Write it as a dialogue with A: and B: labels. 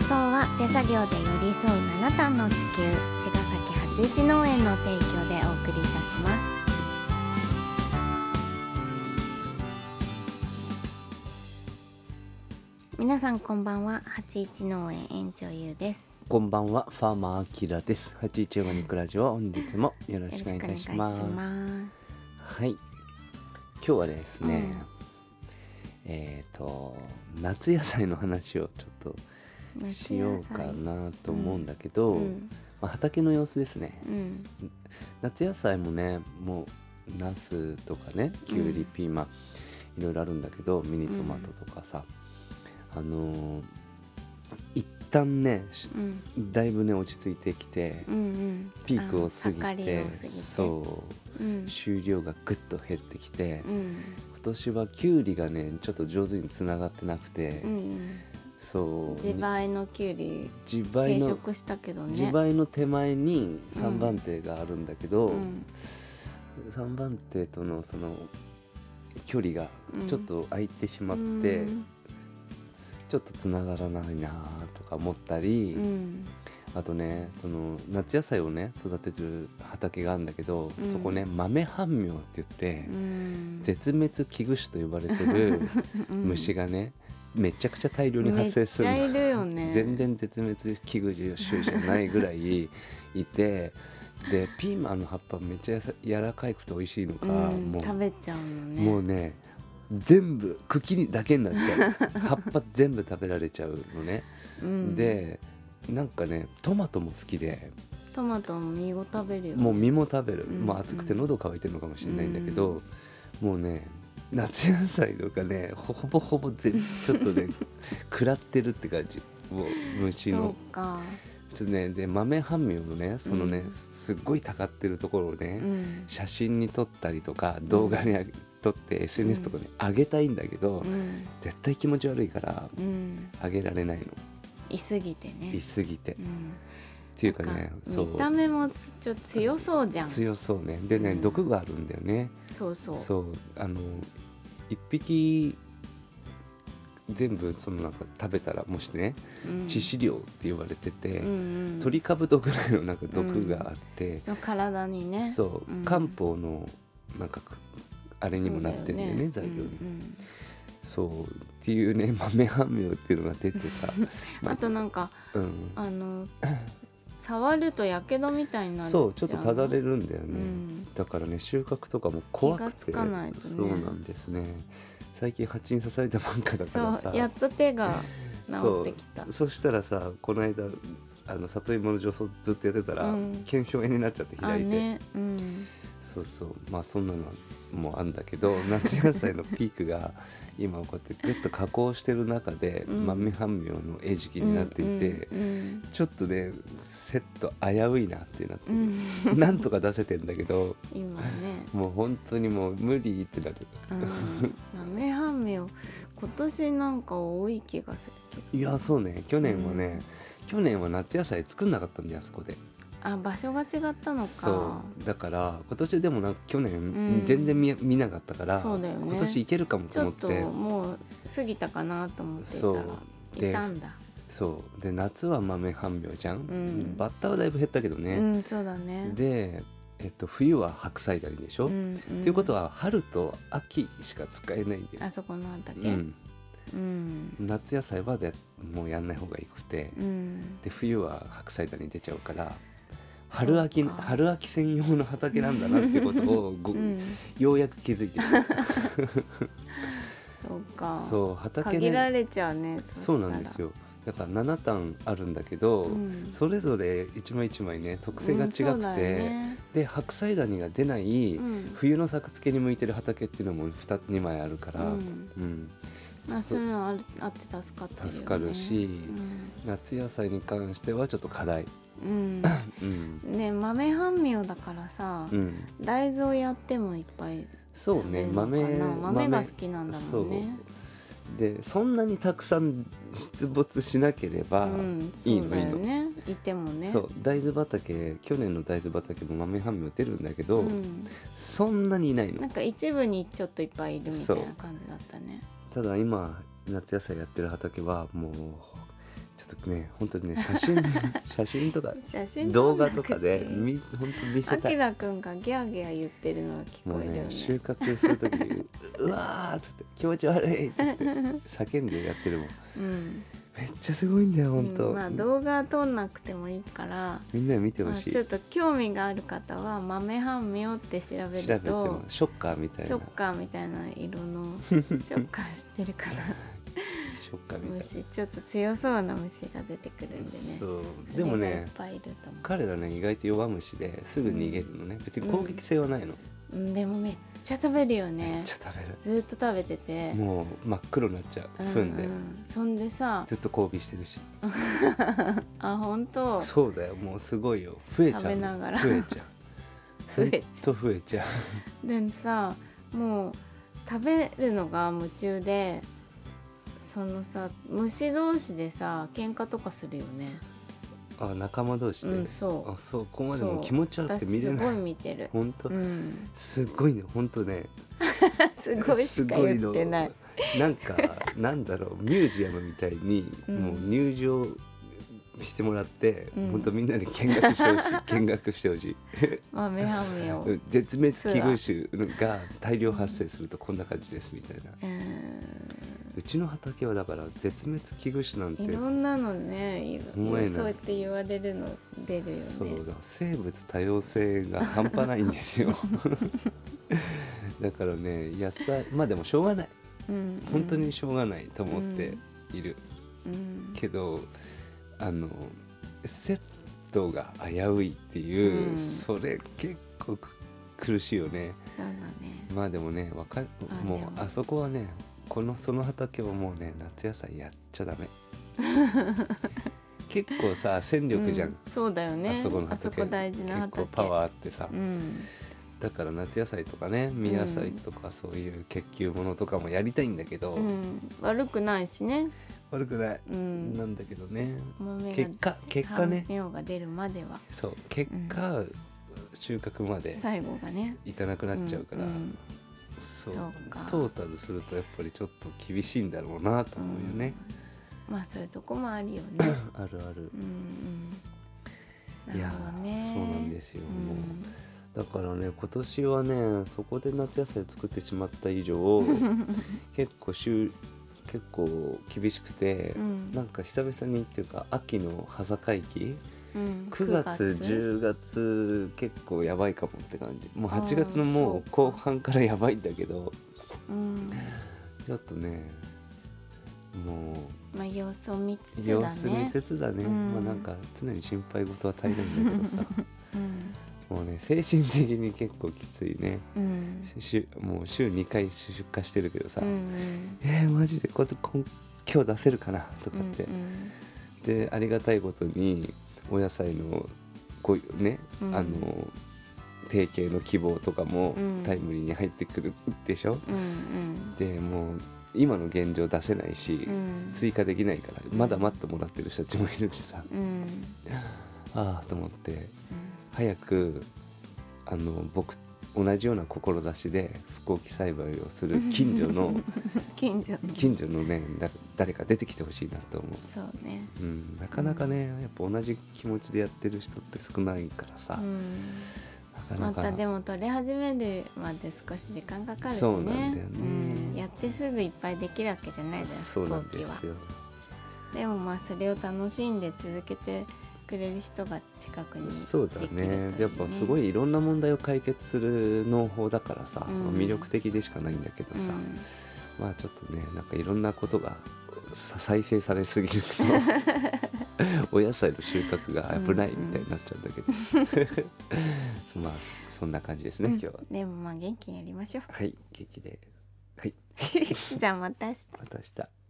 A: 手作業で寄り添う7段の地球茅ヶ崎八一農園の提供でお送りいたします皆さんこんばんは八一農園園長ゆうです
B: こんばんは、ファーマーアキラです。八一マニクラジオ、本日もよ
A: よ
B: ろ
A: ろ
B: し
A: し
B: く
A: く
B: お
A: お
B: 願
A: 願
B: いいた
A: い
B: し
A: し
B: ま
A: ます
B: す。はい、今日はですね、えっ、と、夏野菜の話をちょっと
A: 夏
B: しよ
A: 野
B: う
A: 菜
B: かなと思うんだけど、
A: うん
B: まあ、畑の様子ですね。
A: うん
B: 夏野菜もね、もうナスとかね、きゅ
A: う
B: う
A: ん
B: り、ピーマン、いろいろあるんだけど、ミニトマトとかさ、あのー一旦ね、し
A: うん
B: だいぶね落ち着いてきて。
A: うんうん
B: ピークを過
A: あ盛
B: ぎ
A: りを
B: て
A: 過ぎて
B: そう、
A: うん
B: 収量がぐっと減ってきて、
A: うん
B: 今年はきゅうりがねちょっと上手につながってなくて、
A: うん
B: そう
A: 自培のきゅうり定
B: 自倍の
A: 食したけどね
B: 自倍の手前に3番手があるんだけど、
A: うん
B: 3番手とのその距離がちょっと空いてしまって、
A: うん
B: ちょっとつながらないなとか思ったり、
A: うん
B: あとねその夏野菜をね育ててる畑があるんだけど、
A: うん
B: そこね豆半苗って言って、
A: うん
B: 絶滅危惧種と呼ばれ てる虫がね、めちゃくちゃ大量に発生する
A: めっ
B: の
A: ちゃいるよね
B: 全然絶滅危惧種じゃないぐらいいてでピーマンの葉っぱめっちゃやさ柔らかくて美味しいのか、
A: うん
B: もう
A: 食べちゃうのね
B: もうね全部茎にだけになっちゃ う葉っぱ全部食べられちゃうのね。
A: うん
B: でなんかねトマトも好きで
A: トマトも実ご食べるよね
B: もう実も食べる、
A: ん
B: まあ、暑くて喉乾いてるのかもしれないんだけ
A: う
B: ど、もうね夏野菜とかねほほぼほぼぜちょっと ね食らってるって感じもう虫
A: そ
B: の
A: うか
B: ちょっとねで豆半苗のねそのね、
A: うん
B: すっごいたかってるところをね、
A: うん
B: 写真に撮ったりとか動画にあげ撮って SNS とかに上げたいんだけど、
A: うん
B: 絶対気持ち悪いから
A: うん
B: 上げられないの
A: いすぎて
B: い
A: ね
B: すぎて、
A: う
B: っ
A: ん
B: ていうかね
A: なんか
B: そう
A: 見た目もちょっと強そうじゃん
B: 強そうねでね、
A: うん
B: 毒があるんだよね
A: そうそう
B: そうあの一匹全部そのなんか食べたらもしね
A: うん
B: 致死量って言われてて、
A: うんうん
B: 鳥かぶとぐらいのなんか毒があって、
A: の体にね
B: そう、
A: ん
B: 漢方のなんかくあれにもなってんだよね
A: そ
B: 材
A: う
B: 料に、
A: うん
B: そうっていうね 豆半苗っていうのが出て さ、
A: うん
B: ま
A: あとなんか
B: うん、
A: あの触るとやけどみたいになる
B: そうちょっとただれ
A: る
B: るんだよね、
A: うん
B: だからね収穫とかも怖
A: 気
B: くて
A: がつかないとね
B: そうなんですね最近蜂に刺されたばっかだからさ
A: そうやっと手が治ってきた
B: そうそしたらさこの間あの里芋の除草ずっとやってたら、
A: うん
B: 腱鞘炎になっちゃって
A: あ
B: 開いて、
A: ねうん
B: そうそうまあそんなのもあんだけど 夏野菜のピークが今こうやってぐっと加工してる中で、
A: うん
B: 豆半苗の餌食になっていて、
A: うん
B: ちょっとねセット危ういなってなって
A: うんう、ん
B: なんとか出せてんだけど
A: 今ね
B: もう本当にもう無理ってなる
A: うん豆半目今年なんか多い気がするけど
B: いやそうね去年はね、去年は夏野菜作んなかったんだよあそこで
A: あ場所が違ったのか
B: そうだから今年でもなんか去年、
A: ん
B: 全然見見なかったから
A: そうだよね
B: 今年いけるかも
A: ち
B: と
A: ょ
B: 思
A: っ
B: っ
A: と
B: て
A: もう過ぎたかなと思っていた
B: そ
A: ら
B: うで
A: いたんだ
B: そうで夏は豆半苗じゃん、
A: ん
B: バッタはだいぶ減ったけど
A: う
B: ね、
A: んそうだね
B: で、えっと、冬は白菜狩りでしょ、
A: う
B: っ
A: んうん
B: ていうことは春と秋しか使えないんだよ、
A: あそこのあた
B: う
A: け
B: ん、
A: うん
B: 夏野菜はでもうやんない方がよくて、
A: うん
B: で冬は白菜だに出ちゃうから春秋
A: そうか
B: 春秋専用の畑なんだなってことをご、
A: うん
B: ようやく気づいてきた
A: そうか
B: そう畑
A: 限ら
B: ね
A: れちゃうね
B: そうなんですよだから7単あるんだけど、
A: うん
B: それぞれ一枚一枚ね特性が違くて、
A: うんそうだよね
B: で白菜ダニが出ない、
A: うん
B: 冬の作付けに向いてる畑っていうのも 2, 2枚あるから、
A: うん
B: うん
A: まあ
B: そ
A: そういうのあるあって助かってるよね
B: 助かるし
A: うん
B: 夏野菜に関してはちょっと課題。
A: うん
B: うん
A: ね豆半妙だからさ、
B: うん
A: 大豆をやってもいっぱい
B: そうね
A: 食べ
B: 豆
A: るのかな豆が好きなんだもんね
B: そうでそんなにたくさん出没しなければ
A: うんそ
B: いいの、
A: うだ
B: いい
A: よ
B: の、
A: ねいてもね
B: そう大豆畑去年の大豆畑も豆半分出るんだけど、
A: うん
B: そんなにいない
A: な
B: の
A: んか一部にちょっといっぱいいるみたいな感じだったね
B: ただ今夏野菜やってる畑はもうちょちょっとね本当にね写 真写真とか
A: 写真撮
B: 動
A: んな
B: 画
A: く
B: とか で
A: て
B: み本当見せ
A: あ
B: た
A: き
B: い
A: らくんがギャーギャー言ってるのが聞
B: も
A: こ
B: う
A: える
B: ね
A: よ
B: 収
A: ね
B: 穫する時に「うわ!」っつって「気持ち悪い!」っつって叫んでやってるもん
A: うん
B: めっちゃすごいんだよ本当、
A: うんまあ動画撮んなくてもいいから
B: みんな見て
A: ま
B: ほ
A: あ、
B: しい
A: ちょっと興味がある方は豆半妙って調べ
B: 調べ
A: る
B: ても
A: と
B: ショッカーみたいな
A: ショッカーみたいな色 のショッカー知ってるかな
B: ショッカーみたいな
A: 虫ちょっと強そうな虫が出てくるんでね
B: そう
A: そ
B: で
A: れが
B: も
A: いっ
B: ね
A: ぱいいると思
B: 彼らね意外と弱虫ですぐ逃げるのね、別に攻撃性はないの、
A: ううんでもめっちゃ食べるよ
B: めっ
A: ね
B: ちゃ食べる
A: ずーっと食べてて
B: もう真っ黒になっちゃう
A: うん
B: 踏んで、
A: うんそんでさ
B: ずっと交尾してるし
A: あ本当
B: そうだよもうすごいよ増えちゃう
A: 食べながら
B: 増えちゃう
A: 増えちゃう
B: ほんと増えちゃう
A: でさもう食べるのが夢中でそのさ虫同士でさ喧嘩とかするよね
B: あ仲間同士で、
A: うんそう
B: あそうここまで
A: そう
B: もう気持ち悪くて見れ
A: 私すご
B: ない
A: い見てる
B: 本当、
A: うん、
B: すごいね本当ね
A: すごいしか
B: すごい
A: 言
B: の
A: ってない
B: なんかなんだろうミュージアムみたいに、
A: うん
B: もう入場してもらって、
A: うん
B: 本当みんなで見学してほし い見学してほしい
A: 豆ハメをう
B: 絶滅危惧種が大量発生するとこんな感じですみたいな
A: ー
B: うちの畑はだから絶滅危惧種なんて
A: んいろんなのねいろ
B: お前な
A: そうやって言われるの出るよね
B: そうだ生物多様性が半端ないんで すよだからね野菜まあでもしょうがない
A: うん、
B: 本当にしょうがないと思っている、
A: うん
B: けどあのセットが危ういっていう、
A: うん
B: それ結構く苦しいよね
A: そうだね
B: まあでもねわかる
A: あ
B: もう
A: でも
B: あそこはねこのその畑はもうね夏野菜やっちゃダ メ結構さ戦力じゃん、
A: うんそうだよね
B: あそこの畑
A: 大事な畑
B: 結構パワーあってさ、
A: うん
B: だから夏野菜とかね実野菜とかそういう結球ものとかもやりたいんだけど、
A: うん、悪くないしね
B: 悪くない、
A: うん
B: なんだけどね
A: 豆が
B: 結果結果ね
A: 反応が出るまでは
B: そう結果、収穫まで
A: 最後がね
B: いかなくなっちゃうから、
A: ん
B: そう
A: そうか
B: トータルするとやっぱりちょっと厳しいんだろうなと思うよね、
A: うんまあそういうとこもあるよね
B: あるある
A: う、んうん
B: い
A: な
B: や
A: るほどね
B: ーそうなんですよ、もう
A: うん
B: だからね今年はねそこで夏野菜作ってしまった以 上結構週結構厳しくて、
A: うん
B: なんか久々にっていうか秋の端境期
A: うん
B: 9月10月結構やばいかもって感じもう
A: あー
B: 8月のもう
A: そう
B: 後
A: か
B: 半からやばいんだけど
A: うん
B: ちょっとねも
A: まあ様子を見つつだ
B: う
A: ね
B: 様子見つつだね
A: うん
B: まあなんか常に心配事は大変だけ どさ
A: うん
B: もうね精神的に結構きついね
A: うん
B: 週もう週2回出荷してるけどさ、
A: うん
B: えー、マジでこうやってこん今日出せるかなとかって、
A: うん
B: でありがたいことにお野菜のこうね、
A: うん
B: あの提携の希望とかも
A: うん
B: タイムリーに入ってくるでしょ、
A: うんうん
B: でもう今の現状出せないし、
A: うん
B: 追加できないからまだ待ってもらってる人たちもいるしさ、
A: うんうん
B: ああと思って早くあの僕同じような志で不幸期栽培 をする近所の
A: 近所の
B: 近所のねだ誰か出てきてほしいなと思う。
A: そうね
B: うん、なかなかね、やっぱ同じ気持ちでやってる人って少ないからさ、
A: うん
B: な
A: ま
B: か
A: た
B: な
A: で
B: か
A: も取れ始めるまで少し時間かかるしね
B: そうなんだよね
A: うんやってすぐいっぱいできるわけじゃないじゃん
B: そうなんです
A: 飛行
B: よ
A: 機はでもまあそれを楽しんで続けてくれる人が近くに
B: そうだ
A: できるとい
B: ねやっぱすご
A: い
B: いいろんな問題を解決する農法だからさ、
A: うん
B: 魅力的でしかないんだけど
A: うん
B: さ、まあちょっとねなんかいろんなことがさ再生されすぎる とお野菜の収穫が危ないみたいになっちゃうんだけど、 まあそんな感じですね、今日は。
A: でもまあ元気にやりましょう
B: はい元気ではい
A: じゃあまた明日
B: また明日。